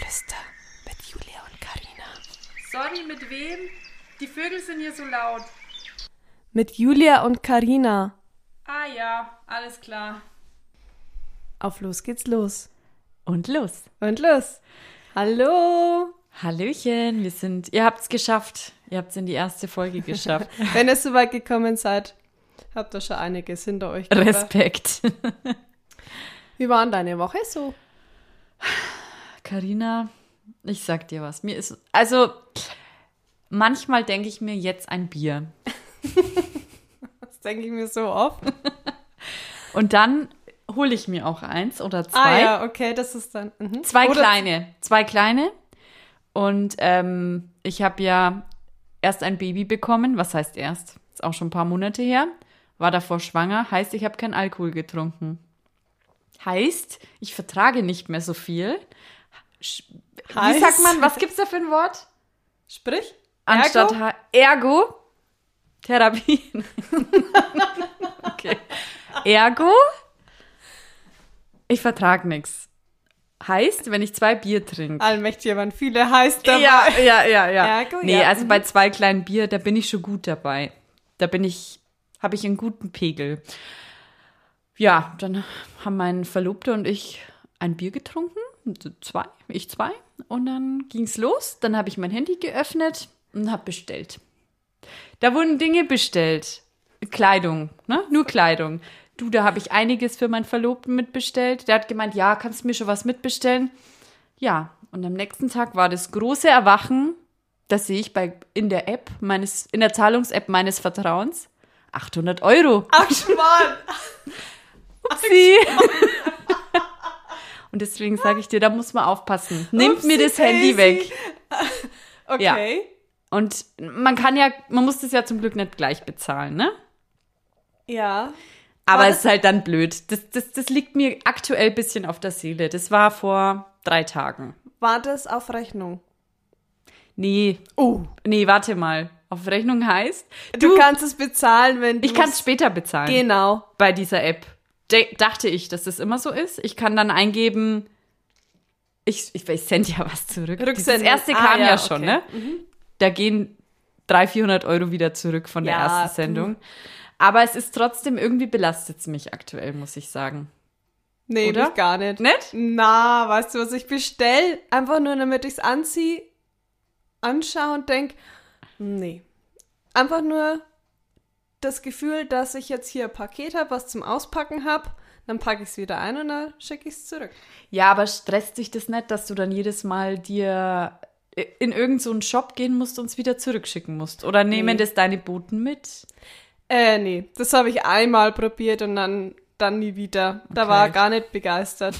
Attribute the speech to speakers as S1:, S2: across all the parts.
S1: Geister mit Julia und Karina.
S2: Sorry, mit wem? Die Vögel sind hier so laut.
S1: Mit Julia und Karina.
S2: Ah ja, alles klar.
S1: Auf los geht's los.
S3: Und los.
S1: Und los. Hallo.
S3: Hallöchen, wir sind, ihr habt's geschafft. Ihr habt's in die erste Folge geschafft.
S1: Wenn ihr so weit gekommen seid, habt ihr schon einiges hinter euch. gebracht.
S3: Respekt.
S1: Wie war denn deine Woche so?
S3: Karina, ich sag dir was. Mir ist, also, manchmal denke ich mir jetzt ein Bier.
S1: Das denke ich mir so oft.
S3: Und dann hole ich mir auch eins oder zwei.
S1: Ah ja, okay, das ist dann. mhm.
S3: Zwei
S1: Oder-
S3: kleine. Zwei kleine. Und ähm, ich habe ja erst ein Baby bekommen. Was heißt erst? Ist auch schon ein paar Monate her. War davor schwanger. Heißt, ich habe keinen Alkohol getrunken. Heißt, ich vertrage nicht mehr so viel. Sch Wie
S1: Heißt-
S3: sagt man, was gibt's da für ein Wort?
S1: Sprich,
S3: Anstatt
S1: Ergo?
S3: Ergo, Ergo Therapie. okay. Ergo, ich vertrage nichts. Heißt, wenn ich zwei Bier trinke.
S1: Allmächtiger waren viele heißt dabei.
S3: Ja, ja, ja, ja.
S1: Ergo,
S3: nee,
S1: ja,
S3: also
S1: mhm.
S3: bei zwei kleinen Bier, da bin ich schon gut dabei. Da bin ich, habe ich einen guten Pegel. Ja, dann haben mein Verlobter und ich ein Bier getrunken. Zwei, ich zwei. Und dann ging's los. Dann habe ich mein Handy geöffnet und habe bestellt. Da wurden Dinge bestellt. Kleidung, ne? Nur Kleidung. Du, da habe ich einiges für meinen Verlobten mitbestellt. Der hat gemeint, ja, kannst du mir schon was mitbestellen? Ja, und am nächsten Tag war das große Erwachen, das sehe ich bei, in der App meines, in der Zahlungs-App meines Vertrauens. 800 Euro.
S1: Ach, Schwan.
S3: Upsi. Und deswegen sage ich dir, da muss man aufpassen. Nimmt mir das Handy
S1: Upsi-daisy.
S3: weg.
S1: Okay.
S3: Und man kann ja, man muss das ja zum Glück nicht gleich bezahlen, ne?
S1: Ja.
S3: Aber
S1: War
S3: es ist halt dann blöd. Das, das, das liegt mir aktuell ein bisschen auf der Seele. Das war vor drei Tagen.
S1: War das auf Rechnung?
S3: Nee,
S1: Oh.
S3: nee, warte mal. Auf Rechnung heißt,
S1: Du, kannst es bezahlen, wenn du
S3: ich kann es später bezahlen.
S1: Genau.
S3: bei dieser App. De dachte ich, dass das immer so ist. Ich kann dann eingeben, ich, ich, ich sende ja was zurück. Das
S1: Rücksendung.
S3: erste
S1: Ah,
S3: kam ja,
S1: ja,
S3: schon,
S1: okay.
S3: ne? Da gehen 300, 400 Euro wieder zurück von der
S1: Ja,
S3: ersten
S1: du.
S3: Sendung. Aber es ist trotzdem, irgendwie belastet es mich aktuell, muss ich sagen.
S1: Nee,
S3: Oder? Ne?
S1: mich gar nicht.
S3: Nicht?
S1: Na, weißt du, was ich bestell? Einfach nur, damit ich es anziehe, anschaue und denk, nee. Einfach nur das Gefühl, dass ich jetzt hier ein Paket habe, was zum Auspacken habe, dann packe ich es wieder ein und dann schicke ich es zurück.
S3: Ja, aber stresst dich das nicht, dass du dann jedes Mal dir in irgendeinen so einen Shop gehen musst und es wieder zurückschicken musst? Oder nehmen
S1: Nee.
S3: das deine Boten mit?
S1: Äh, nee, das habe ich einmal probiert und dann, dann nie wieder. Da
S3: Okay.
S1: war er gar nicht begeistert.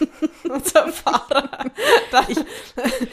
S1: Unser Fahrer. Da,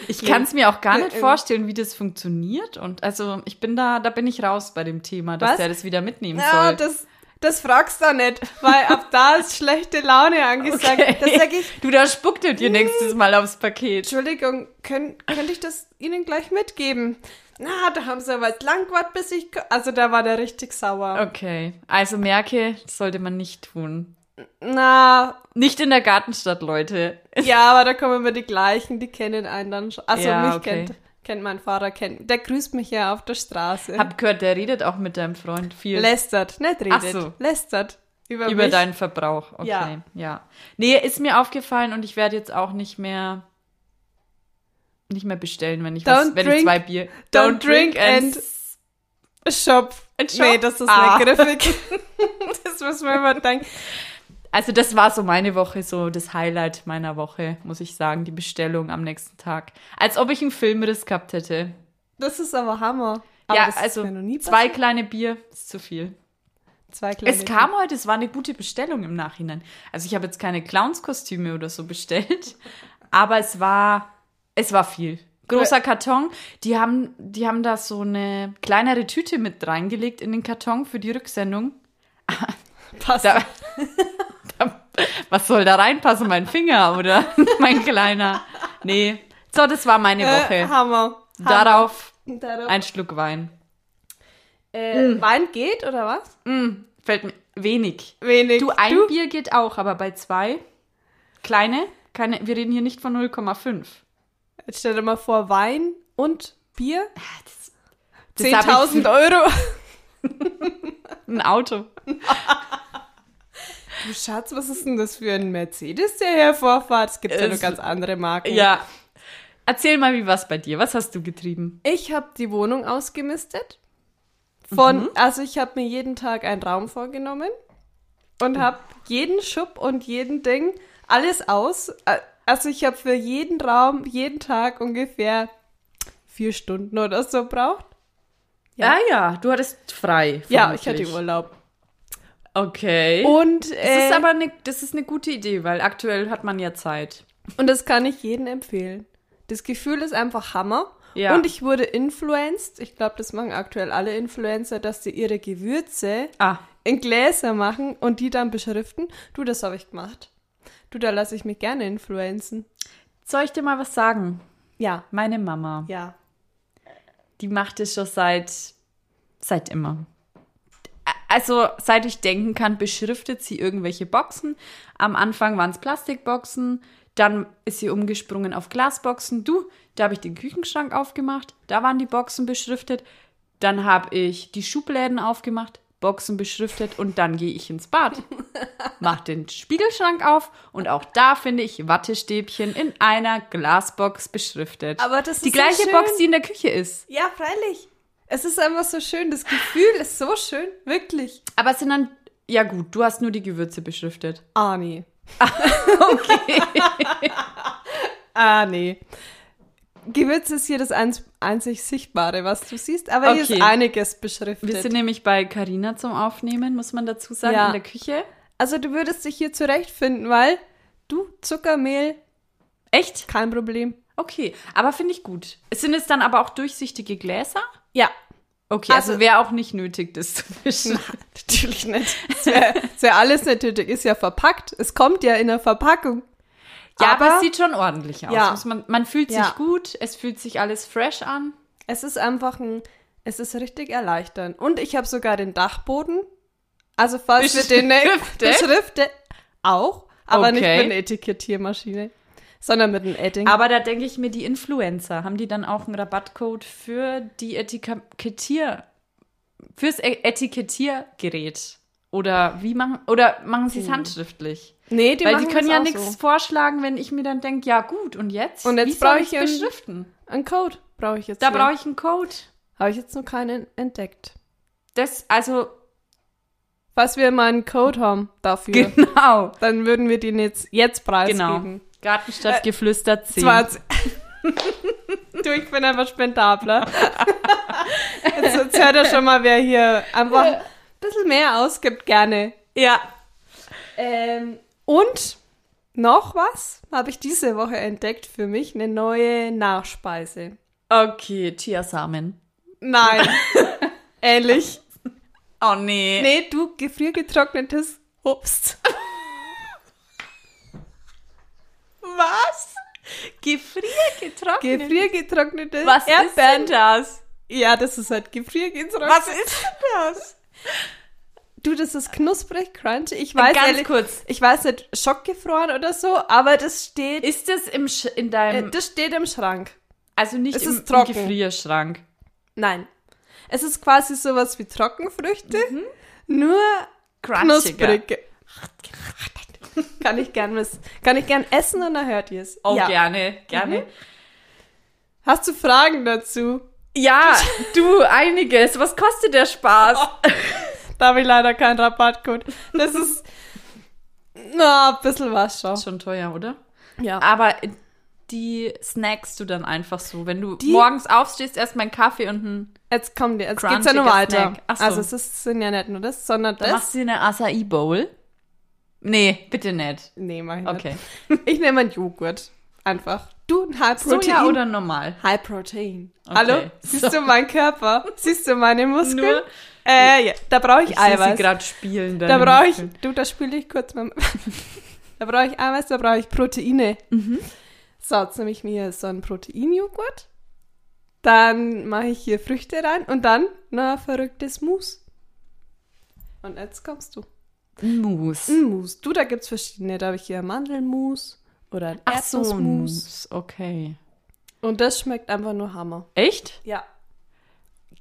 S3: Ich kann es mir auch gar
S1: Nee,
S3: nicht
S1: ähm.
S3: vorstellen, wie das funktioniert. Und also ich bin da, da bin ich raus bei dem Thema, dass
S1: Was?
S3: der das wieder mitnehmen
S1: ja,
S3: soll.
S1: das, das fragst du nicht, weil ab da ist schlechte Laune angesagt.
S3: Okay.
S1: Das sag ich,
S3: du, da spuckt er dir nächstes Mal aufs Paket.
S1: Entschuldigung, könnt, könnte ich das Ihnen gleich mitgeben? Na, da haben sie aber jetzt lang gewartet, bis ich. ko- Also, da war der richtig sauer.
S3: Okay, also merke, das sollte man nicht tun.
S1: Na,
S3: Nicht in der Gartenstadt, Leute.
S1: ja, aber da kommen immer die gleichen, die kennen einen dann schon. Also,
S3: Ja,
S1: mich
S3: okay.
S1: kennt, kennt mein Fahrer, kennt. Der grüßt mich ja auf der Straße.
S3: Hab gehört, der redet auch mit deinem Freund viel
S1: lästert, nicht redet.
S3: Ach so.
S1: Lästert. Über,
S3: über
S1: mich.
S3: deinen Verbrauch. Okay, ja.
S1: Ja.
S3: Nee, ist mir aufgefallen und ich werde jetzt auch nicht mehr nicht mehr bestellen, wenn ich
S1: Don't
S3: was, wenn ich
S1: drink-
S3: zwei Bier.
S1: don't drink and- Shop.
S3: And shop.
S1: Nee, das ist
S3: Ah.
S1: nicht griffig. das muss man immer denken.
S3: Also das war so meine Woche, so das Highlight meiner Woche, muss ich sagen, die Bestellung am nächsten Tag. Als ob ich einen Filmriss gehabt hätte.
S1: Das ist aber Hammer. Aber
S3: ja,
S1: das ist
S3: also
S1: mir noch nie
S3: zwei
S1: passiert.
S3: kleine Bier ist zu viel.
S1: zwei kleine
S3: es kam heute, es war eine gute Bestellung im Nachhinein. Also ich habe jetzt keine Clownskostüme oder so bestellt, aber es war, es war viel. Großer Karton. Die haben, die haben da so eine kleinere Tüte mit reingelegt in den Karton für die Rücksendung.
S1: Passt.
S3: Da, da, was soll da reinpassen? Mein Finger oder mein kleiner? Nee. So, das war meine
S1: Äh,
S3: Woche.
S1: Hammer. Hammer.
S3: Darauf
S1: Darauf.
S3: ein Mm. Schluck Wein.
S1: Äh, Wein geht oder was?
S3: Fällt mir wenig.
S1: Wenig.
S3: Du, ein Bier geht auch, aber bei zwei kleine, keine, wir reden hier nicht von 0,5.
S1: Jetzt stell dir mal vor, Wein und Bier.
S3: Das, das hab ich
S1: 10.000 Euro.
S3: für ein Auto.
S1: Du Schatz, was ist denn das für ein Mercedes, der hervorfahrt? Es gibt ja
S3: Es-
S1: noch ganz andere Marken.
S3: Ja. Erzähl mal, wie war's bei dir? Was hast du getrieben?
S1: Ich habe die Wohnung ausgemistet. Von,
S3: Mhm.
S1: also ich habe mir jeden Tag einen Raum vorgenommen und habe jeden Schub und jeden Ding alles aus. Äh, Also ich habe für jeden Raum jeden Tag ungefähr vier Stunden oder so braucht. Ja.
S3: Ah ja, du hattest frei.
S1: Ja, ich hatte
S3: vermutlich.
S1: Urlaub.
S3: Okay.
S1: Und
S3: das
S1: äh,
S3: ist aber ne, das ist eine gute Idee, weil aktuell hat man ja Zeit.
S1: und das kann ich jedem empfehlen. Das Gefühl ist einfach Hammer.
S3: Ja.
S1: Und ich wurde influenced. Ich glaube, das machen aktuell alle Influencer, dass sie ihre Gewürze
S3: Ah,
S1: in Gläser machen und die dann beschriften. Du, das habe ich gemacht. Du, da lasse ich mich gerne influenzen.
S3: soll ich dir mal was sagen?
S1: Ja,
S3: Meine Mama,
S1: ja.
S3: die macht es schon seit seit immer. Also, seit ich denken kann, beschriftet sie irgendwelche Boxen. Am Anfang waren es Plastikboxen, dann ist sie umgesprungen auf Glasboxen. Du, da habe ich den Küchenschrank aufgemacht, da waren die Boxen beschriftet. Dann habe ich die Schubläden aufgemacht, Boxen beschriftet und dann gehe ich ins Bad. Mach den Spiegelschrank auf und auch da finde ich Wattestäbchen in einer Glasbox beschriftet.
S1: Aber das
S3: die
S1: ist so
S3: gleiche
S1: schön.
S3: Box, die in der Küche ist.
S1: Ja, freilich. Es ist einfach so schön. Das Gefühl ist so schön. Wirklich.
S3: Aber es sind dann. Ja, gut, du hast nur die Gewürze beschriftet.
S1: Ah, nee. okay. ah, nee. Gewürz ist hier das einz- einzig Sichtbare, was du siehst, aber hier
S3: Okay.
S1: ist einiges beschriftet.
S3: Wir sind nämlich bei Carina zum Aufnehmen, muss man dazu sagen,
S1: Ja.
S3: in der Küche.
S1: also du würdest dich hier zurechtfinden, weil du Zuckermehl,
S3: Echt?
S1: kein Problem.
S3: Okay, aber finde ich gut. Sind es dann aber auch durchsichtige Gläser?
S1: Ja,
S3: Okay, also,
S1: Also-
S3: wäre auch nicht nötig, das zu mischen.
S1: Natürlich nicht. Es wäre wär alles nicht nötig. Ist ja verpackt. Es kommt ja in der Verpackung.
S3: Ja, aber,
S1: aber
S3: es sieht schon ordentlich aus.
S1: Ja.
S3: Muss man, man fühlt
S1: Ja.
S3: sich gut, es fühlt sich alles fresh an.
S1: Es ist einfach ein, es ist richtig erleichternd. Und ich habe sogar den Dachboden. Also falls wir den
S3: Beschriftet?
S1: beschriftet, auch, aber nicht
S3: Okay.
S1: mit einer Etikettiermaschine, sondern mit einem Edding.
S3: Aber da denke ich mir, die Influencer, haben die dann auch einen Rabattcode für die Etikettier, fürs E- Etikettiergerät? Oder wie machen, oder machen sie es handschriftlich?
S1: nee, die
S3: Weil
S1: Hm. machen
S3: die können
S1: das
S3: ja
S1: auch
S3: nichts vorschlagen, wenn ich mir dann denke, ja gut, und jetzt?
S1: Und jetzt
S3: Wie soll
S1: brauche ich
S3: ich's
S1: einen-
S3: beschriften?
S1: So. Ein Code brauche ich jetzt.
S3: Da brauche ich einen Code.
S1: Habe ich jetzt noch keinen entdeckt.
S3: Das, also,
S1: Falls wir mal einen Code haben dafür,
S3: genau.
S1: dann würden wir den jetzt, jetzt
S3: Genau.
S1: preisgeben.
S3: Gartenstadt geflüstert 10.
S1: 20. du, ich bin einfach spendabler. jetzt, jetzt hört er schon mal, wer hier einfach ein Äh, bisschen mehr ausgibt, gerne.
S3: Ja.
S1: Ähm, und noch was habe ich diese Woche entdeckt für mich, eine neue Nachspeise.
S3: Okay, Chiasamen.
S1: Nein, ähnlich.
S3: Oh nee.
S1: Nee, du gefriergetrocknetes Obst.
S3: Was? Gefriergetrocknet.
S1: Gefriergetrocknetes
S3: Was ist
S1: Erdbeeren.
S3: denn das?
S1: Ja, das ist halt gefriergetrocknet.
S3: ist denn das? Äh,
S1: Du, das ist knusprig, crunchy. Ich weiß
S3: Ganz
S1: ehrlich,
S3: kurz.
S1: Ich weiß nicht, schockgefroren oder so, aber das steht,
S3: Ist das im Sch in
S1: äh,
S3: deinem
S1: das steht im Schrank.
S3: also nicht
S1: es
S3: im,
S1: ist
S3: im
S1: trocken.
S3: Gefrierschrank?
S1: Nein. Es ist quasi sowas wie Trockenfrüchte,
S3: Mhm.
S1: nur
S3: Crunchiger.
S1: knusprig. kann ich gern miss, kann ich gern essen und dann hört ihr es.
S3: Oh
S1: ja. Mhm.
S3: gerne, gerne.
S1: Hast du Fragen dazu?
S3: Ja, du einiges. Was kostet der Spaß?
S1: Da habe ich leider keinen Rabattcode. Das ist na, ein bisschen was schon.
S3: Schon teuer, oder?
S1: Ja.
S3: Aber die snackst du dann einfach so, wenn du
S1: Die-
S3: morgens aufstehst, erstmal einen Kaffee und einen,
S1: Jetzt kommt jetzt geht's ja nur
S3: Crunchiger
S1: weiter.
S3: Snack. Ach so.
S1: Also es ist, sind ja nicht nur das, sondern
S3: dann
S1: das.
S3: machst du dir eine Acai Bowl. Nee, bitte nicht.
S1: Nee, mach ich nicht.
S3: Okay.
S1: Ich nehme einen Joghurt. Einfach. Du, ein High Protein.
S3: Soja oder normal?
S1: High Protein.
S3: Okay.
S1: Hallo? Siehst du meinen Körper? Siehst du meine Muskeln?
S3: Nur-
S1: äh, ja. Da brauche ich,
S3: Ich sehe sie
S1: Eiweiß.
S3: gerade spielen.
S1: Da
S3: deine
S1: brauche ich,
S3: Muskeln.
S1: du, da spiele ich kurz mal. da brauche ich Eiweiß, da brauche ich Proteine. So, jetzt nehme ich mir so einen Proteinjoghurt. Dann mache ich hier Früchte rein und dann na verrücktes Mousse. Und jetzt kommst du.
S3: Mousse.
S1: Ein Mousse. Du, da gibt es verschiedene. Da habe ich hier Mandelmus oder ein
S3: Ach so, ein
S1: Erdnussmus.
S3: Mousse. Okay.
S1: Und das schmeckt einfach nur Hammer.
S3: Echt?
S1: Ja.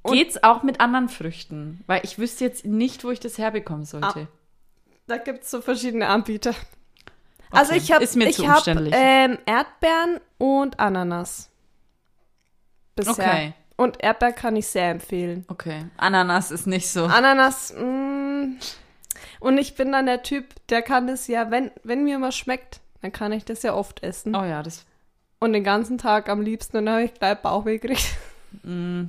S1: Und-
S3: Geht's auch mit anderen Früchten? Weil ich wüsste jetzt nicht, wo ich das herbekommen sollte.
S1: Da gibt es so verschiedene Anbieter. Also ich habe
S3: Ist mir zu
S1: ich hab,
S3: umständlich.
S1: ähm, Erdbeeren und Ananas. Bisher.
S3: Okay.
S1: Und Erdbeer kann ich sehr empfehlen.
S3: Okay. Ananas ist nicht so.
S1: Ananas, mm, und ich bin dann der Typ, der kann das ja, wenn, wenn mir was schmeckt, dann kann ich das ja oft essen.
S3: Oh ja, das.
S1: Und den ganzen Tag am liebsten, und dann habe ich gleich Bauchweh gekriegt.
S3: Ja.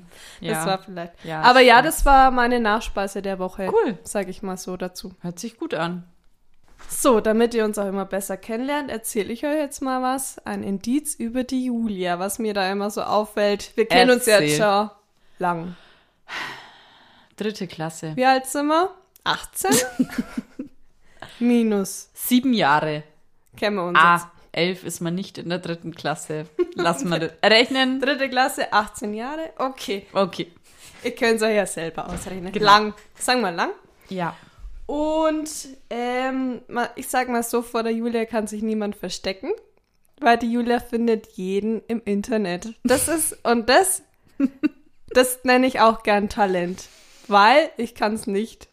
S1: Das war vielleicht.
S3: Ja,
S1: Aber ja,
S3: stimmt.
S1: das war meine Nachspeise der Woche.
S3: Cool.
S1: Sag ich mal so dazu.
S3: Hört sich gut an.
S1: So, damit ihr uns auch immer besser kennenlernt, erzähle ich euch jetzt mal was. Ein Indiz über die Julia, was mir da immer so auffällt. Wir kennen uns jetzt
S3: Erzähl.
S1: schon lang.
S3: Dritte Klasse.
S1: Wie alt sind wir? 18? Minus.
S3: Sieben Jahre.
S1: Kennen wir uns jetzt.
S3: Ah, elf ist man nicht in der dritten Klasse. Lass mal das rechnen.
S1: Dritte Klasse, 18 Jahre. Okay.
S3: Okay.
S1: Ihr könnt es euch ja selber ausrechnen.
S3: Genau.
S1: Lang. Sagen wir lang.
S3: Ja.
S1: Und ähm, ma- ich sag mal so, vor der Julia kann sich niemand verstecken, weil die Julia findet jeden im Internet. Das ist, und das, das nenne ich auch gern Talent, weil ich kann es nicht.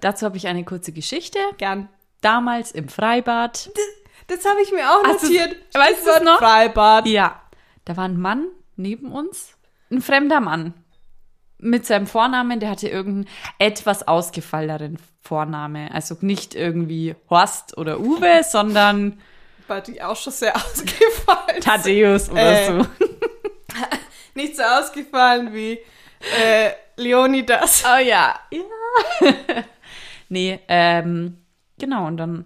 S3: Dazu habe ich eine kurze Geschichte.
S1: Gern.
S3: Damals im Freibad.
S1: Das habe ich mir auch
S3: Hast du's-
S1: notiert.
S3: weißt du's
S1: Stichwort
S3: noch?
S1: Freibad.
S3: Ja. Da war ein Mann neben uns. Ein fremder Mann. Mit seinem Vornamen, der hatte irgendeinen etwas ausgefalleneren Vorname. Also nicht irgendwie Horst oder Uwe, sondern
S1: War die auch schon sehr ausgefallen.
S3: Thaddeus oder
S1: Äh.
S3: so.
S1: Nicht so ausgefallen wie äh, Leonidas.
S3: Oh ja. ja. nee, ähm, genau, und dann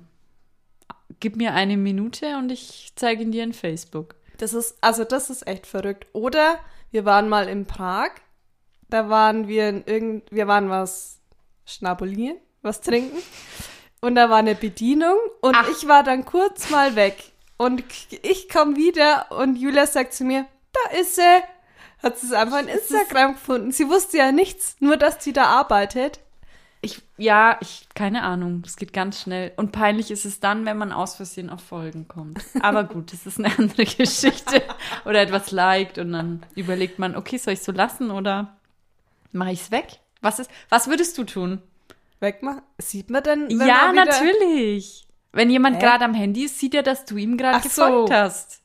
S3: gib mir eine Minute und ich zeige ihn dir in Facebook.
S1: Das ist, also das ist echt verrückt. Oder wir waren mal in Prag, da waren wir in irgend, wir waren was schnabulieren, was trinken. Und da war eine Bedienung und
S3: Ach.
S1: ich war dann kurz mal weg. Und k- ich komme wieder und Julia sagt zu mir, da ist sie. Hat sie es einfach in Instagram gefunden. Sie wusste ja nichts, nur dass sie da arbeitet.
S3: Ich, ja, ich, keine Ahnung, das geht ganz schnell. Und peinlich ist es dann, wenn man aus Versehen auf Folgen kommt. Aber gut, das ist eine andere Geschichte. Oder etwas liked und dann überlegt man, okay, soll ich so lassen oder mache ich es weg? Was ist, was würdest du tun?
S1: Wegmachen. Sieht man denn? wenn
S3: ja,
S1: man wieder-
S3: natürlich. Wenn jemand
S1: Hä?
S3: gerade am Handy ist, sieht er, dass du ihm gerade
S1: Ach so.
S3: gefolgt hast.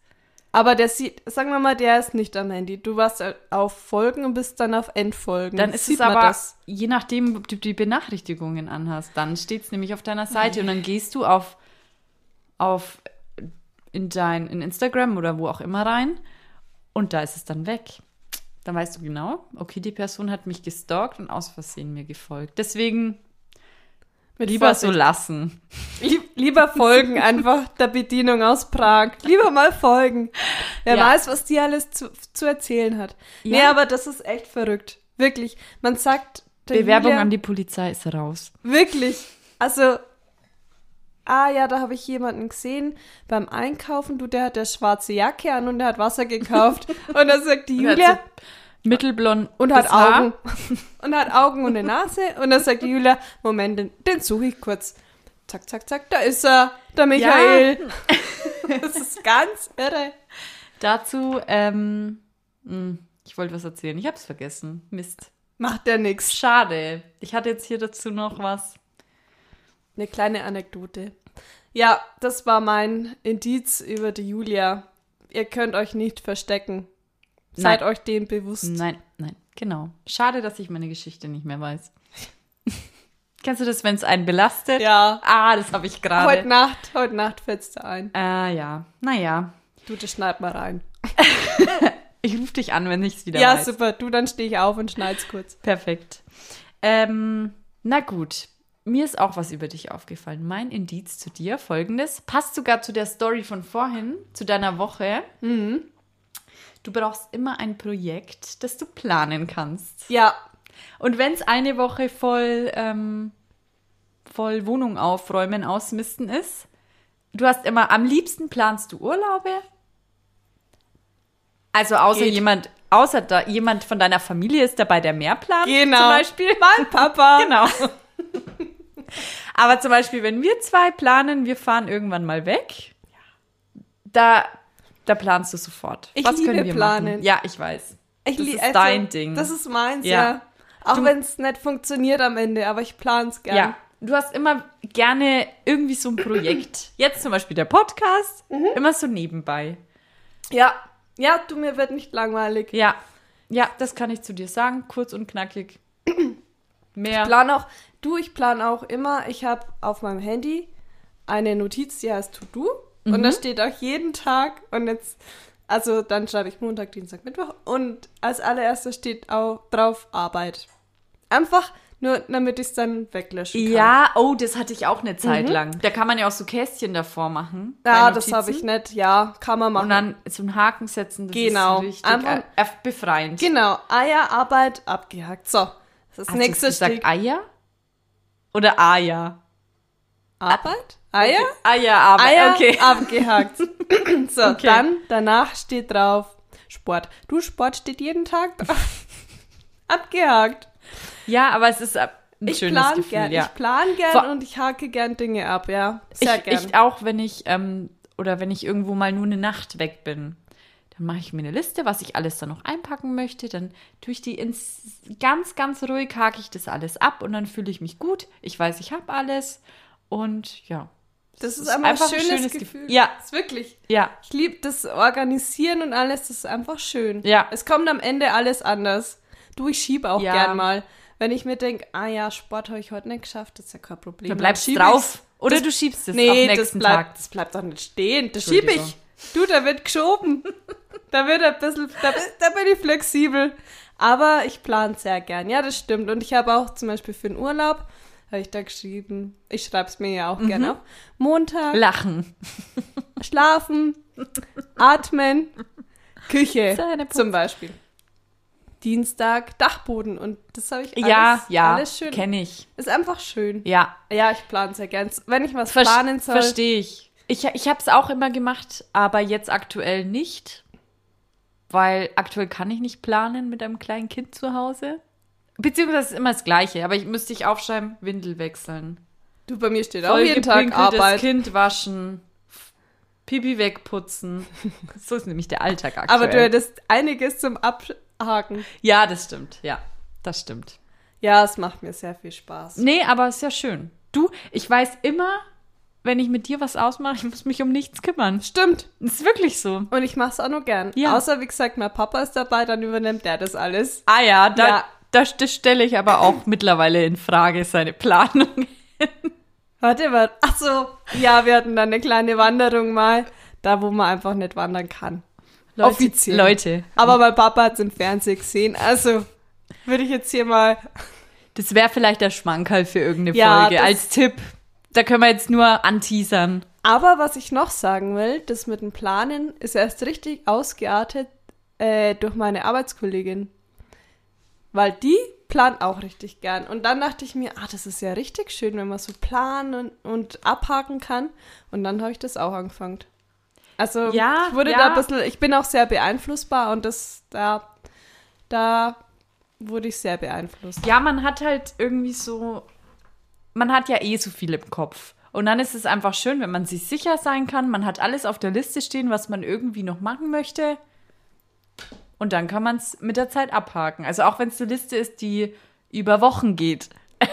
S1: Aber der sieht, sagen wir mal, der ist nicht am Handy. Du warst äh, auf Folgen und bist dann auf Endfolgen.
S3: Dann ist
S1: Sieht
S3: es
S1: man
S3: aber,
S1: das?
S3: je nachdem, ob du die Benachrichtigungen anhast, dann steht es nämlich auf deiner Seite und dann gehst du auf, auf in dein in Instagram oder wo auch immer rein und da ist es dann weg. Dann weißt du genau, okay, die Person hat mich gestalkt und aus Versehen mir gefolgt. Deswegen
S1: Mit
S3: lieber so
S1: Vorsicht.
S3: lassen.
S1: Lieb, lieber folgen einfach der Bedienung aus Prag. Lieber mal folgen. Wer
S3: Ja.
S1: weiß, was die alles zu, zu erzählen hat. Nee,
S3: Ja.
S1: aber das ist echt verrückt. Wirklich. Man sagt. der
S3: Bewerbung
S1: Julia-
S3: an die Polizei ist raus.
S1: Wirklich. Also. Ah ja, da habe ich jemanden gesehen beim Einkaufen. Du, der hat der schwarze Jacke an und der hat Wasser gekauft. und dann sagt die
S3: Und hat
S1: Julia.
S3: so Mittelblond
S1: und hat
S3: bis Haar.
S1: Augen und hat Augen und eine Nase und dann sagt die Julia, Moment, den, den suche ich kurz. Zack, zack, zack, da ist er, der Michael. Das ist ganz irre.
S3: Dazu, ähm, mh, ich wollte was erzählen, ich hab's vergessen. Mist.
S1: Macht ja nichts.
S3: Schade. Ich hatte jetzt hier dazu noch was.
S1: Eine kleine Anekdote. Ja, das war mein Indiz über die Julia. Ihr könnt euch nicht verstecken. Seid
S3: Nein.
S1: euch dem bewusst.
S3: Nein, nein, genau. Schade, dass ich meine Geschichte nicht mehr weiß. Kennst du das, wenn es einen belastet?
S1: Ja,
S3: Ah, das habe ich
S1: heute
S3: gerade.
S1: Nacht, heute Nacht fällst du ein.
S3: Ah, ja. Naja.
S1: Du, das schneid mal rein.
S3: Ich rufe dich an, wenn ich es wieder
S1: ja,
S3: weiß.
S1: super. Du, dann stehe ich auf und schneid's kurz.
S3: Perfekt. Ähm, na gut. Mir ist auch was über dich aufgefallen. Mein Indiz zu dir, folgendes, passt sogar zu der Story von vorhin, zu deiner Woche. Mhm. Du brauchst immer ein Projekt, das du planen kannst.
S1: Ja,
S3: Und wenn es eine Woche voll, ähm, voll Wohnung aufräumen, ausmisten ist, du hast immer, am liebsten planst du Urlaube. Also außer
S1: Geht.
S3: jemand, außer da jemand von deiner Familie ist dabei, der mehr plant.
S1: genau.
S3: Zum Beispiel.
S1: Mein Papa.
S3: Genau. Aber zum Beispiel, wenn wir zwei planen, wir fahren irgendwann mal weg, da Da planst du sofort.
S1: Ich
S3: Was
S1: liebe
S3: können wir
S1: planen.
S3: Machen? Ja, ich weiß.
S1: Ich
S3: Das
S1: li- also,
S3: ist dein Ding.
S1: Das ist meins, ja.
S3: Ja.
S1: Auch
S3: Du-
S1: wenn es nicht funktioniert am Ende, aber ich plan's gern.
S3: Ja. Du hast immer gerne irgendwie so ein Projekt. Jetzt zum Beispiel der Podcast. Immer so nebenbei.
S1: Ja. Ja, du, mir wird nicht langweilig.
S3: Ja. Ja, das kann ich zu dir sagen. Kurz und knackig. Mehr.
S1: Ich plan auch, du, ich plan auch immer, ich habe auf meinem Handy eine Notiz, die heißt To-Do. Und da
S3: Mhm.
S1: steht auch jeden Tag und jetzt, also dann schreibe ich Montag, Dienstag, Mittwoch und als allererstes steht auch drauf Arbeit. Einfach nur, damit ich es dann weglöschen kann.
S3: Ja, oh, das hatte ich Mhm. auch eine Zeit lang. Da kann man ja auch so Kästchen davor machen.
S1: Ja,
S3: bei
S1: Ah, das
S3: Notizen.
S1: habe ich nicht. Ja, kann man machen.
S3: Und dann so einen Haken setzen, das
S1: Genau.
S3: ist richtig
S1: Einfach-
S3: äh, befreiend.
S1: genau, Eier, Arbeit, abgehakt. So, das
S3: Hast
S1: nächste
S3: du jetzt gesagt
S1: steht
S3: Eier? Oder Aja?
S1: Arbeit, Eier,
S3: Eier, aber
S1: Eier
S3: okay.
S1: abgehakt. so,
S3: Okay.
S1: dann danach steht drauf Sport. Du, Sport steht jeden Tag drauf. abgehakt.
S3: Ja, aber es ist äh, ein
S1: Ich
S3: schönes
S1: plan
S3: Gefühl,
S1: gern,
S3: ja.
S1: ich plan gern
S3: Vor-
S1: und ich hake gern Dinge ab, ja. Sehr
S3: Ich,
S1: gern.
S3: ich auch, wenn ich ähm, oder wenn ich irgendwo mal nur eine Nacht weg bin, dann mache ich mir eine Liste, was ich alles da noch einpacken möchte. Dann tue ich die ins ganz, ganz ruhig, hake ich das alles ab und dann fühle ich mich gut. Ich weiß, ich habe alles und ja,
S1: das ist
S3: ist
S1: einfach,
S3: einfach ein
S1: ein schönes,
S3: schönes Gef-
S1: Gefühl.
S3: Ja.
S1: Ist wirklich.
S3: ja,
S1: Ich liebe das Organisieren und alles, das ist einfach schön.
S3: Ja.
S1: Es kommt am Ende alles anders. Du, ich schiebe auch
S3: Ja.
S1: gern mal. Wenn ich mir denke, ah ja, Sport habe ich heute nicht geschafft, ist ja kein Problem.
S3: dann bleibst
S1: schieb
S3: drauf
S1: ich's.
S3: oder
S1: Das-
S3: du schiebst es auf
S1: Nee,
S3: nächsten
S1: das bleibt,
S3: Tag.
S1: das bleibt doch nicht stehen. Das schieb ich.
S3: Entschuldigung.
S1: Du, da wird geschoben. da wird ein bisschen, da, bin- da bin ich flexibel. Aber ich plane sehr gern. Ja, das stimmt. Und ich habe auch zum Beispiel für den Urlaub, habe ich da geschrieben, ich schreibe es mir ja auch
S3: Mhm.
S1: gerne auf, Montag,
S3: Lachen.
S1: schlafen, atmen, Küche
S3: Zähne putzen.
S1: zum Beispiel. Dienstag, Dachboden. Und das habe ich alles,
S3: ja, ja,
S1: alles schön.
S3: kenne ich.
S1: Ist einfach schön.
S3: Ja,
S1: Ja, ich plane sehr gern. Wenn ich was
S3: Ver
S1: planen soll.
S3: Verstehe ich. Ich, ich habe es auch immer gemacht, aber jetzt aktuell nicht, weil aktuell kann ich nicht planen mit einem kleinen Kind zu Hause. Beziehungsweise ist immer das Gleiche, aber ich müsste ich aufschreiben, Windel wechseln.
S1: Du, bei mir steht auch jeden Tag
S3: Vollgepinkelt das
S1: Arbeit.
S3: Kind waschen, Pipi wegputzen. so ist nämlich der Alltag aktuell.
S1: Aber du hättest einiges zum Abhaken.
S3: ja, das stimmt. Ja, das stimmt.
S1: Ja, es macht mir sehr viel Spaß.
S3: Nee, aber ist ja schön. Du, ich weiß immer, wenn ich mit dir was ausmache, ich muss mich um nichts kümmern.
S1: Stimmt.
S3: Ist wirklich so.
S1: Und ich mach's auch nur gern.
S3: Ja.
S1: Außer, wie gesagt, mein Papa ist dabei, dann übernimmt der das alles.
S3: Ah ja, da,
S1: Ja.
S3: Das, das stelle ich aber auch mittlerweile in Frage, seine Planung.
S1: Warte mal. Ach so. Ja, wir hatten dann eine kleine Wanderung mal. Da, wo man einfach nicht wandern kann. Offiziell.
S3: Leute,
S1: Aber mein Papa hat's im Fernsehen gesehen. Also, würde ich jetzt hier mal...
S3: das wäre vielleicht der Schmankerl für irgendeine
S1: Ja,
S3: Folge
S1: das-
S3: als Tipp. Da können wir jetzt nur anteasern.
S1: Aber was ich noch sagen will, das mit dem Planen ist erst richtig ausgeartet äh, durch meine Arbeitskollegin. Weil die plant auch richtig gern. Und dann dachte ich mir, ah, das ist ja richtig schön, wenn man so planen und, und abhaken kann. Und dann habe ich das auch angefangen. Also
S3: Ja,
S1: ich wurde
S3: ja.
S1: da ein bisschen, ich bin auch sehr beeinflussbar und das, da, da wurde ich sehr beeinflusst.
S3: Ja, man hat halt irgendwie so, man hat ja eh so viel im Kopf. Und dann ist es einfach schön, wenn man sich sicher sein kann. Man hat alles auf der Liste stehen, was man irgendwie noch machen möchte. Und dann kann man es mit der Zeit abhaken. Also auch wenn es eine Liste ist, die über Wochen geht.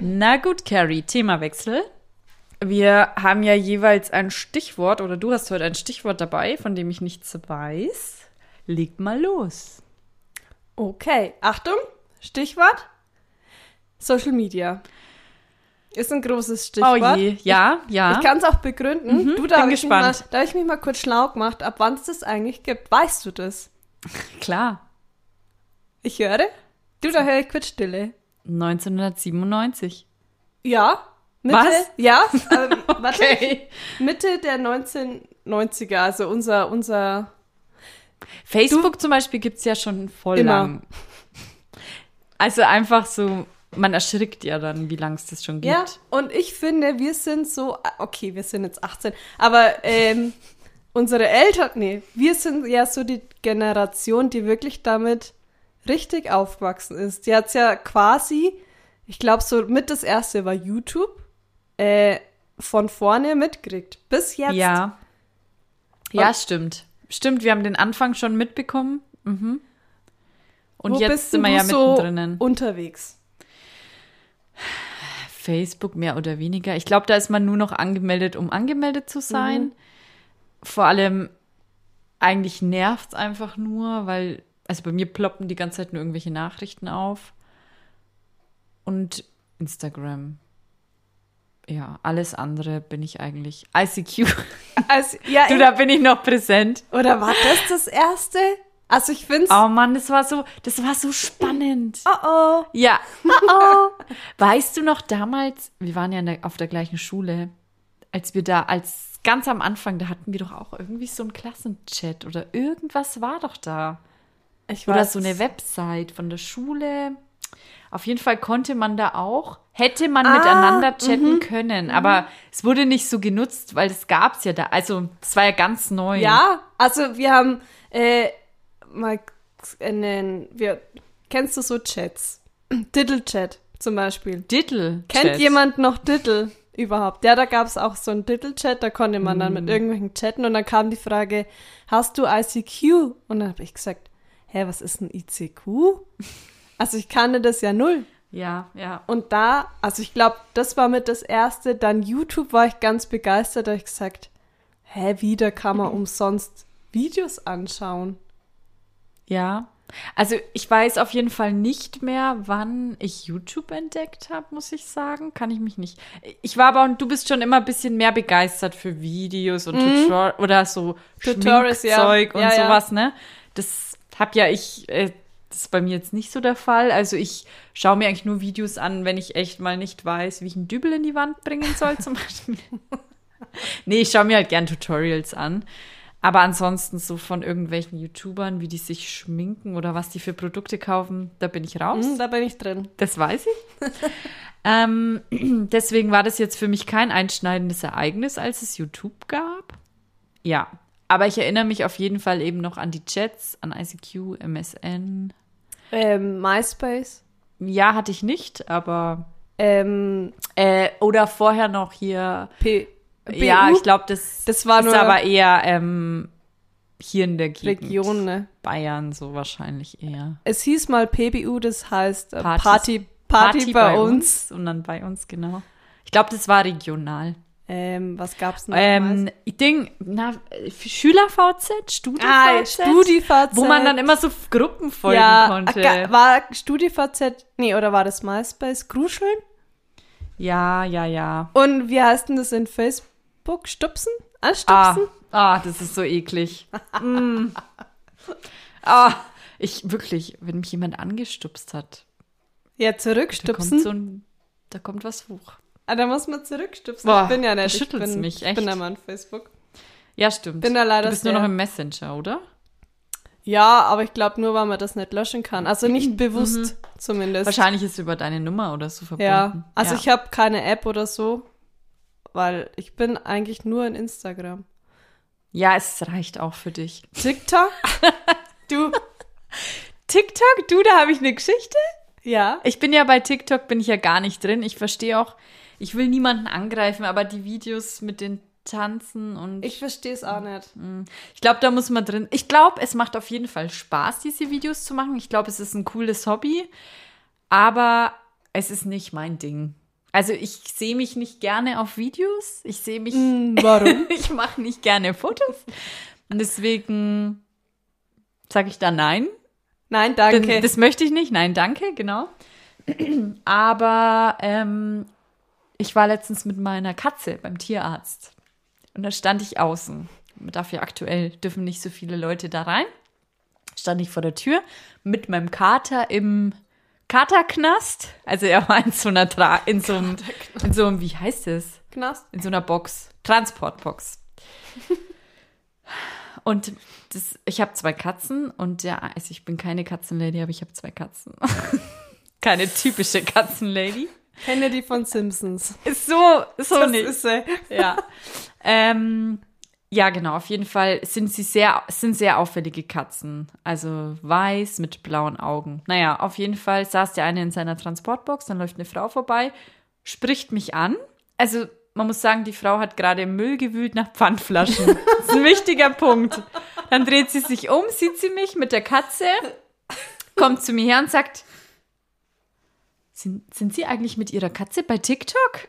S3: Na gut, Carrie, Themawechsel. Wir haben ja jeweils ein Stichwort oder du hast heute ein Stichwort dabei, von dem ich nichts weiß. Leg mal los.
S1: Okay, Achtung, Stichwort Social Media. Oh Ist ein großes Stichwort.
S3: Oh ja, ja.
S1: Ich kann es auch begründen. du, da
S3: bin
S1: habe ich, mich mal-
S3: gespannt.
S1: da hab ich mich mal kurz schlau gemacht, ab wann es das eigentlich gibt. Weißt du das?
S3: Klar,
S1: Ich höre. Du, da höre ich kurz Stille.
S3: 1997.
S1: Ja. Mitte,
S3: Was?
S1: Ja. Ähm, warte. Mitte der 1990er, also unser, unser...
S3: Facebook zum Beispiel gibt es ja schon voll
S1: Immer.
S3: lang. Also einfach so, man erschrickt ja dann, wie lange es das schon gibt.
S1: Ja, und ich finde, wir sind so... Okay, wir sind jetzt 18, aber ähm, unsere Eltern... Nee, wir sind ja so die Generation, die wirklich damit richtig aufgewachsen ist. Die hat's ja quasi... Ich glaube, so mit das erste war YouTube. Äh, von vorne mitkriegt. Bis jetzt.
S3: Ja. Ja, stimmt. Stimmt, wir haben den Anfang schon mitbekommen. Mhm. Und
S1: Wo
S3: jetzt
S1: bist
S3: sind wir
S1: denn
S3: ja
S1: du so
S3: mittendrin.
S1: unterwegs.
S3: Facebook mehr oder weniger. Ich glaube, da ist man nur noch angemeldet, um angemeldet zu sein. Vor allem eigentlich nervt es einfach nur, weil, also bei mir ploppen die ganze Zeit nur irgendwelche Nachrichten auf. Und Instagram. Ja, alles andere bin ich eigentlich. ICQ.
S1: Also, ja,
S3: du,
S1: ich-
S3: da bin ich noch präsent.
S1: oder war das das Erste? Also ich finde es...
S3: Oh Mann, das war so, das war so spannend.
S1: Oh oh.
S3: Ja. Oh. Weißt du noch damals, wir waren ja in der, auf der gleichen Schule, als wir da, als ganz am Anfang, da hatten wir doch auch irgendwie so einen Klassenchat oder irgendwas war doch da.
S1: Ich
S3: Oder
S1: weiß
S3: so
S1: es.
S3: eine Website von der Schule. Auf jeden Fall konnte man da auch, hätte man
S1: Ah, Mhm.
S3: miteinander chatten können, aber es wurde nicht so genutzt, weil das gab es ja da. Also, es war ja ganz neu.
S1: Ja, also wir haben äh, mal einen, wir, kennst du so Chats? Diddle-Chat zum Beispiel.
S3: Diddle.
S1: Kennt jemand noch Diddle überhaupt? Ja, da gab es auch so einen Diddle-Chat, da konnte man dann mit irgendwelchen chatten und dann kam die Frage, hast du ICQ? Und dann habe ich gesagt, hä, was ist ein ICQ? Also ich kannte das ja null.
S3: Ja, ja.
S1: Und da, also ich glaube, das war mit das Erste. Dann YouTube war ich ganz begeistert, da hab ich gesagt, hä, wieder kann
S3: Mhm.
S1: man umsonst Videos anschauen.
S3: Ja. Also ich weiß auf jeden Fall nicht mehr, wann ich YouTube entdeckt habe, muss ich sagen. Kann ich mich nicht. Ich war aber und du bist schon immer ein bisschen mehr begeistert für Videos und Tutorials oder so
S1: Mhm. Tutorials, ja.
S3: Schminkzeug und
S1: Ja, ja.
S3: sowas, ne? Das hab ja ich, äh, das ist bei mir jetzt nicht so der Fall. Also ich schaue mir eigentlich nur Videos an, wenn ich echt mal nicht weiß, wie ich einen Dübel in die Wand bringen soll, zum Beispiel. Nee, ich schaue mir halt gern Tutorials an. Aber ansonsten so von irgendwelchen YouTubern, wie die sich schminken oder was die für Produkte kaufen, Mhm, da bin ich raus.
S1: Hm, da bin ich drin.
S3: Das weiß ich. ähm, deswegen war das jetzt für mich kein einschneidendes Ereignis, als es YouTube gab. Ja, aber ich erinnere mich auf jeden Fall eben noch an die Chats, an ICQ, MSN.
S1: Ähm, MySpace.
S3: Ja, hatte ich nicht, aber.
S1: Ähm,
S3: Äh, oder vorher noch hier.
S1: P BU?
S3: Ja, ich glaube, das,
S1: Das war
S3: ist
S1: nur-
S3: aber eh eher ähm, hier in der Gegend.
S1: Region, ne?
S3: Bayern so wahrscheinlich eher.
S1: Es hieß mal PBU, das heißt äh,
S3: Partys.
S1: Party, Party, bei, uns.
S3: Und dann bei uns, genau. Ich glaube, das war regional.
S1: Ähm, was gab's noch?
S3: Ähm, ich Ding, na, äh, Schüler-VZ, Studi-VZ,
S1: ah, StudiVZ.
S3: wo man dann immer so F- Gruppen folgen
S1: ja,
S3: konnte.
S1: ach, War StudiVZ, nee, oder war das MySpace? Gruscheln?
S3: Ja, ja, ja.
S1: Und wie heißt denn das in Facebook? Stupsen?
S3: Ah,
S1: Anstupsen?
S3: ah, das ist so eklig. mm. Ah, ich wirklich, wenn mich jemand angestupst hat,
S1: Ja,
S3: da kommt
S1: zurückstupsen.
S3: so ein, da kommt was hoch.
S1: ah, da muss man zurückstupsen.
S3: Boah,
S1: ich bin ja
S3: da
S1: nicht. Ich
S3: schüttelt's
S1: bin,
S3: mich,
S1: Ich bin
S3: echt.
S1: da mal an Facebook.
S3: Ja, stimmt.
S1: Bin da leider
S3: du bist nur
S1: sehr-
S3: noch im Messenger, oder?
S1: Ja, aber ich glaube nur, weil man das nicht löschen kann. Also nicht bewusst zumindest.
S3: Mhm. Wahrscheinlich ist über deine Nummer oder so verbunden.
S1: Ja, also
S3: Ja.
S1: ich habe keine App oder so, weil ich bin eigentlich nur in Instagram.
S3: ja, es reicht auch für dich.
S1: TikTok? du?
S3: TikTok, du, da habe ich eine Geschichte.
S1: Ja.
S3: Ich bin ja bei TikTok, bin ich ja gar nicht drin. Ich verstehe auch, ich will niemanden angreifen, aber die Videos mit den Tanzen und
S1: Ich verstehe es auch
S3: hm.
S1: nicht.
S3: ich glaube, da muss man drin. Ich glaube, es macht auf jeden Fall Spaß, diese Videos zu machen. Ich glaube, es ist ein cooles Hobby, aber es ist nicht mein Ding. Also ich sehe mich nicht gerne auf Videos. Ich sehe mich
S1: Hm, warum?
S3: ich mache nicht gerne Fotos. Und deswegen sage ich da nein.
S1: Nein, danke.
S3: Das, das möchte ich nicht. Nein, danke, genau. Aber ähm, ich war letztens mit meiner Katze beim Tierarzt. Und da stand ich außen. Man darf ja aktuell, dürfen nicht so viele Leute da rein. Stand ich vor der Tür mit meinem Kater im Katerknast. Also er war in so einer, Tra in so einem, in so einem, wie heißt es?
S1: Knast.
S3: In so einer Box. Transportbox. und das, ich habe zwei Katzen und der, also ich bin keine Katzenlady, aber ich habe zwei Katzen. keine typische Katzenlady.
S1: Kennedy von Simpsons.
S3: Ist so, so
S1: das
S3: nicht.
S1: ist äh,
S3: ja. Ähm, ja, genau, auf jeden Fall sind sie sehr, sind sehr auffällige Katzen. Also weiß mit blauen Augen. Naja, auf jeden Fall saß der eine in seiner Transportbox, dann läuft eine Frau vorbei, spricht mich an. Also man muss sagen, die Frau hat gerade im Müll gewühlt nach Pfandflaschen. Das ist ein wichtiger Punkt. Dann dreht sie sich um, sieht sie mich mit der Katze, kommt zu mir her und sagt, sind, sind Sie eigentlich mit Ihrer Katze bei TikTok?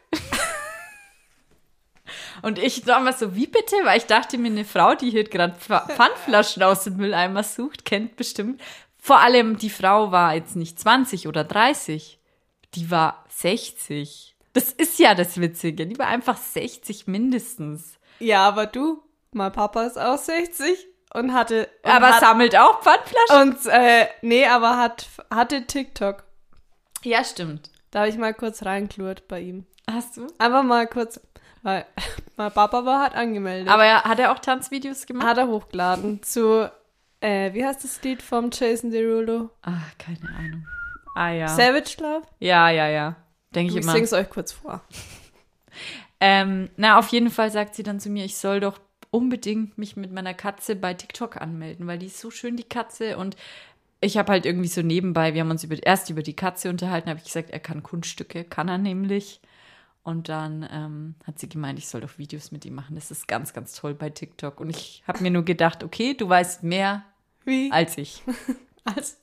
S3: Und ich damals so, wie bitte? Weil ich dachte mir, eine Frau, die hier gerade Pf- Pfandflaschen aus dem Mülleimer sucht, kennt bestimmt. Vor allem, die Frau war jetzt nicht 20 oder 30. Die war 60. Das ist ja das Witzige. Die war einfach 60 mindestens.
S1: Ja, aber du, mein Papa ist auch 60 und hatte. Und
S3: Aber
S1: hat,
S3: sammelt auch Pfandflaschen.
S1: und, äh, nee, aber hat, hatte TikTok.
S3: Oh, Ja, stimmt.
S1: Da habe ich mal kurz reinklurt bei ihm.
S3: Hast du?
S1: Einfach mal kurz, weil mein Papa war halt angemeldet.
S3: Aber er, hat er auch Tanzvideos gemacht?
S1: hat er hochgeladen zu, äh, wie heißt das Lied vom Jason Derulo?
S3: Ah, keine Ahnung. Ah ja.
S1: Savage Love?
S3: ja, ja, ja. Denke
S1: Ich,
S3: ich
S1: ich
S3: immer.
S1: sing's euch kurz vor.
S3: Ähm, na, auf jeden Fall sagt sie dann zu mir, ich soll doch unbedingt mich mit meiner Katze bei TikTok anmelden, weil die ist so schön, die Katze. Und ich habe halt irgendwie so nebenbei, wir haben uns über, erst über die Katze unterhalten, habe ich gesagt, er kann Kunststücke, kann er nämlich. Und dann ähm, hat sie gemeint, ich soll doch Videos mit ihm machen. Das ist ganz, ganz toll bei TikTok. Und ich habe mir nur gedacht, okay, du weißt mehr
S1: Wie?
S3: als ich.
S1: Als-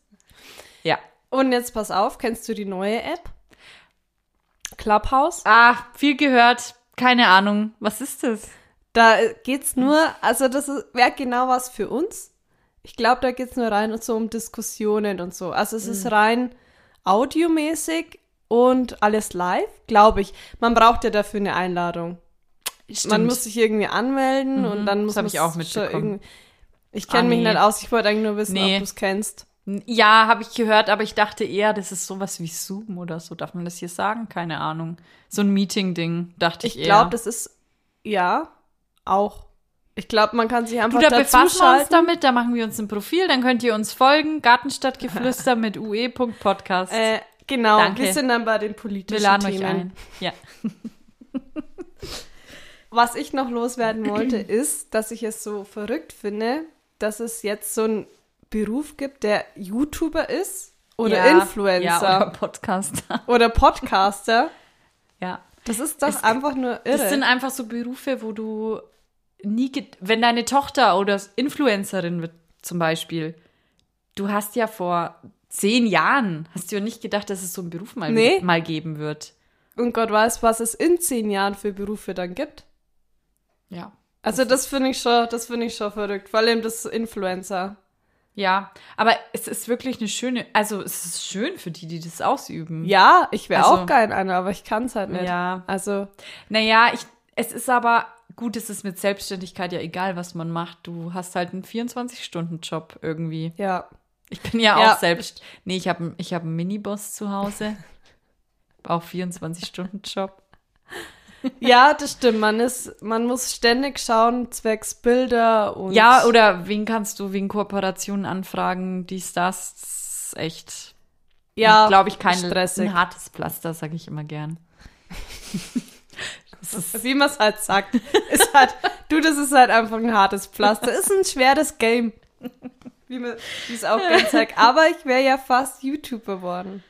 S3: Ja.
S1: Und jetzt pass auf, kennst du die neue App? Clubhouse?
S3: Ah, viel gehört, keine Ahnung. Was ist das?
S1: Da äh, geht's nur, also das wäre genau was für uns. Ich glaube, da geht's nur rein und so um Diskussionen und so. Also es
S3: Mhm.
S1: ist rein audiomäßig und alles live, glaube ich. Man braucht ja dafür eine Einladung. Man muss sich irgendwie anmelden und dann muss
S3: Mhm. das hab ich
S1: man's
S3: auch
S1: schon
S3: mitbekommen.
S1: irgendwie- Ich kenne
S3: Ah,
S1: mich
S3: nee.
S1: nicht aus, ich wollte eigentlich nur wissen,
S3: Nee.
S1: ob du es kennst.
S3: Ja, habe ich gehört, aber ich dachte eher, das ist sowas wie Zoom oder so. Darf man das hier sagen? Keine Ahnung. So ein Meeting-Ding, dachte ich,
S1: Ich glaube,
S3: eher.
S1: das ist ja auch. Ich glaube, man kann sich
S3: Du,
S1: einfach
S3: da
S1: dazu
S3: befassen wir uns
S1: schalten.
S3: damit, da machen wir uns ein Profil, dann könnt ihr uns folgen. Gartenstadtgeflüster mit ue.podcast.
S1: Äh, genau,
S3: Danke.
S1: wir sind dann bei den politischen
S3: wir laden
S1: Themen.
S3: euch ein. Ja.
S1: Was ich noch loswerden wollte, ist, dass ich es so verrückt finde, dass es jetzt so einen Beruf gibt, der YouTuber ist oder
S3: ja,
S1: Influencer
S3: Ja, oder Podcaster.
S1: oder Podcaster.
S3: Ja.
S1: Das ist doch
S3: Es-
S1: einfach nur irre.
S3: Das sind einfach so Berufe, wo du nie, ge- wenn deine Tochter oder Influencerin wird zum Beispiel, du hast ja vor zehn Jahren, hast du ja nicht gedacht, dass es so einen Beruf mal,
S1: Nee.
S3: mal geben wird.
S1: Und Gott weiß, was es in zehn Jahren für Berufe dann gibt.
S3: Ja.
S1: Also das finde ich schon, das finde ich schon verrückt. Vor allem das Influencer.
S3: Ja, aber es ist wirklich eine schöne, also es ist schön für die, die das ausüben.
S1: Ja, ich wäre
S3: Also-
S1: auch gern einer, aber ich kann es halt nicht.
S3: Ja.
S1: Also
S3: Naja, ich, es ist aber, gut, es ist mit Selbstständigkeit ja egal, was man macht. Du hast halt einen 24-Stunden-Job irgendwie.
S1: ja,
S3: Ich bin ja,
S1: Ja.
S3: auch selbst. Nee, ich habe ich hab einen Miniboss zu Hause. auch 24-Stunden-Job.
S1: ja, das stimmt. Man ist, man muss ständig schauen zwecks Bilder und
S3: Ja, oder wen kannst du wegen Kooperationen anfragen? Dies, das. das ist Echt.
S1: ja,
S3: glaube ich, kein
S1: stressig.
S3: Ein hartes Pflaster, sage ich immer gern. das ist,
S1: Wie man es halt sagt, ist halt, du, das ist halt einfach ein hartes Pflaster. Ist ein schweres Game. Wie man es auch ganz sagt. Aber ich wäre ja fast YouTuber geworden.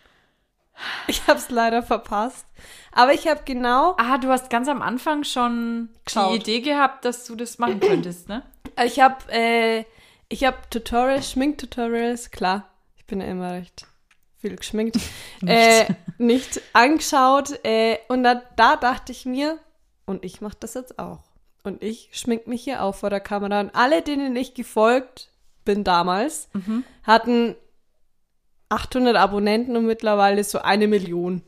S1: Ich habe es leider verpasst. Aber ich habe genau,
S3: ah, du hast ganz am Anfang schon
S1: Geschaut.
S3: die Idee gehabt, dass du das machen könntest, ne?
S1: ich habe, äh, ich habe Tutorials, Schminktutorials, klar. Ich bin ja immer recht viel geschminkt. Äh, nicht angeschaut. Äh, und da, da dachte ich mir, und ich mache das jetzt auch. Und ich schmink mich hier auch vor der Kamera. Und alle, denen ich gefolgt bin damals, hatten 800 Abonnenten und mittlerweile so eine Million.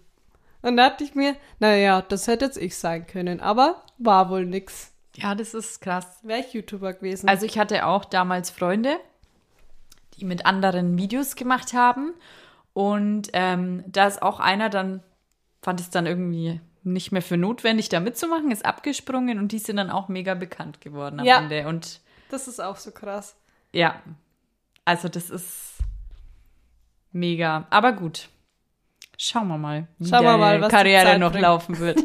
S1: Und da dachte ich mir, naja, das hätte jetzt ich sein können. Aber war wohl nix.
S3: Ja, das ist krass.
S1: Wäre ich YouTuber gewesen.
S3: Also ich hatte auch damals Freunde, die mit anderen Videos gemacht haben. Und ähm, da ist auch einer dann, fand es dann irgendwie nicht mehr für notwendig, da mitzumachen, ist abgesprungen und die sind dann auch mega bekannt geworden am
S1: Ja.
S3: Ende. Und
S1: das ist auch so krass.
S3: ja, also das ist mega. Aber gut. Schauen wir mal, wie
S1: Schauen wir
S3: deine
S1: mal, was die
S3: Karriere
S1: Zeit
S3: noch
S1: bringt.
S3: laufen wird.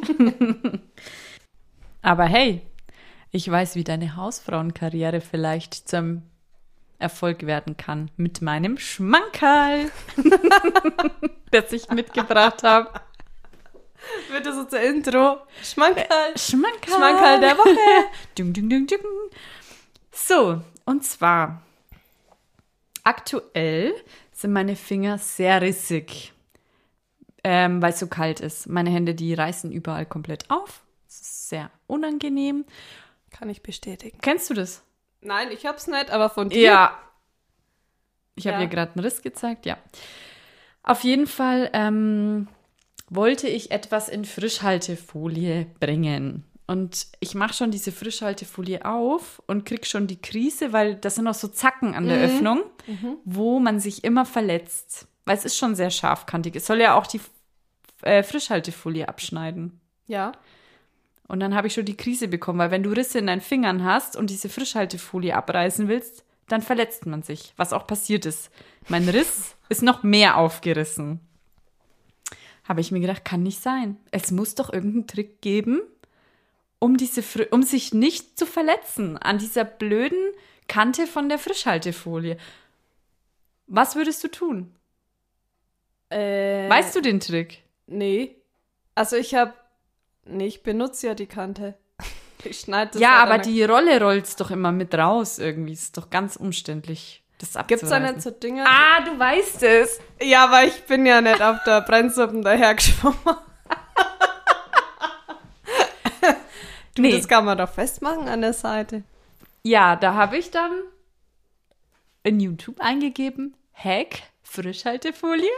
S3: Aber hey, ich weiß, wie deine Hausfrauenkarriere vielleicht zum Erfolg werden kann mit meinem Schmankerl, das ich mitgebracht habe.
S1: wird das unser Intro. Schmankerl.
S3: Schmankerl.
S1: Äh, Schmankerl der Woche.
S3: Ding, ding, ding, ding. So, und zwar aktuell sind meine Finger sehr rissig, ähm, weil es so kalt ist. Meine Hände, die reißen überall komplett auf. Das ist sehr unangenehm.
S1: Kann ich bestätigen.
S3: Kennst du das?
S1: Nein, ich hab's nicht, aber von dir.
S3: Ja. Ich habe
S1: Ja.
S3: ihr gerade einen Riss gezeigt, ja. Auf jeden Fall ähm, wollte ich etwas in Frischhaltefolie bringen. Und ich mache schon diese Frischhaltefolie auf und krieg schon die Krise, weil das sind noch so Zacken an der Öffnung, wo man sich immer verletzt. Weil es ist schon sehr scharfkantig. Es soll ja auch die äh, Frischhaltefolie abschneiden.
S1: Ja.
S3: Und dann habe ich schon die Krise bekommen, weil wenn du Risse in deinen Fingern hast und diese Frischhaltefolie abreißen willst, dann verletzt man sich, was auch passiert ist. Mein Riss ist noch mehr aufgerissen. Habe ich mir gedacht, kann nicht sein. Es muss doch irgendeinen Trick geben, um, diese, Fri- um sich nicht zu verletzen an dieser blöden Kante von der Frischhaltefolie. Was würdest du tun?
S1: Äh,
S3: Weißt du den Trick?
S1: Nee. Also ich hab. Nee, ich benutze ja die Kante. Ich schneide das
S3: ja,
S1: halt
S3: aber
S1: an der-
S3: die Rolle rollt doch immer mit raus irgendwie. Ist doch ganz umständlich, das abzureißen.
S1: Gibt's da nicht so Dinge?
S3: Ah, du weißt es.
S1: Ja, aber ich bin ja nicht auf der Brennsuppen dahergeschwommen. du,
S3: Nee.
S1: das kann man doch festmachen an der Seite.
S3: Ja, da habe ich dann in YouTube eingegeben, Hack, Frischhaltefolie.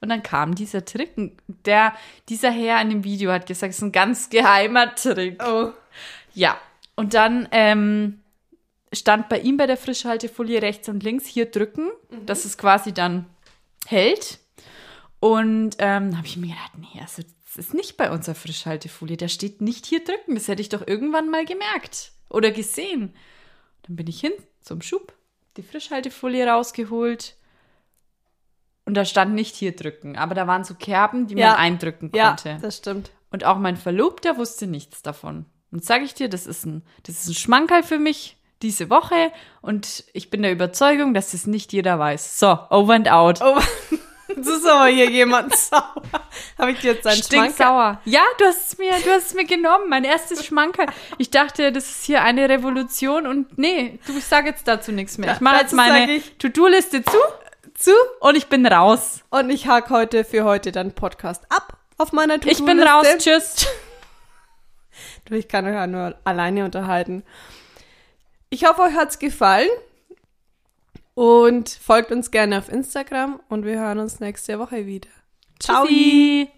S3: Und dann kam dieser Trick. Der, dieser Herr in dem Video hat gesagt, es ist ein ganz geheimer Trick.
S1: Oh.
S3: Ja, und dann ähm, stand bei ihm bei der Frischhaltefolie rechts und links hier drücken,
S1: Mhm.
S3: dass es quasi dann hält. Und ähm, habe ich mir gedacht, nee, also das ist nicht bei unserer Frischhaltefolie, da steht nicht hier drücken. Das hätte ich doch irgendwann mal gemerkt oder gesehen. Dann bin ich hin zum Schub, die Frischhaltefolie rausgeholt. Und da stand nicht hier drücken, aber da waren so Kerben, die
S1: Ja.
S3: man eindrücken
S1: Ja,
S3: konnte.
S1: das stimmt.
S3: Und auch mein Verlobter wusste nichts davon. Und sage ich dir, das ist ein, das ist ein Schmankerl für mich diese Woche. Und ich bin der Überzeugung, dass es nicht jeder weiß. So, over and out.
S1: Oh, das ist aber hier jemand sauer. Habe ich dir jetzt einen Schmankerl?
S3: Stinksauer. Ja, du hast es mir, du hast es mir genommen. Mein erstes Schmankerl. Ich dachte, das ist hier eine Revolution und nee, du, ich sage jetzt dazu nichts mehr. Ich mache jetzt
S1: Dazu sag
S3: meine
S1: ich-
S3: To-Do-Liste zu, zu und ich bin raus.
S1: Und ich hake heute für heute dann Podcast ab auf meiner
S3: Ich bin raus. Tschüss.
S1: Du, ich kann euch ja nur alleine unterhalten. Ich hoffe, euch hat's gefallen. Und folgt uns gerne auf Instagram und wir hören uns nächste Woche wieder. Ciao.
S3: Tschüssi.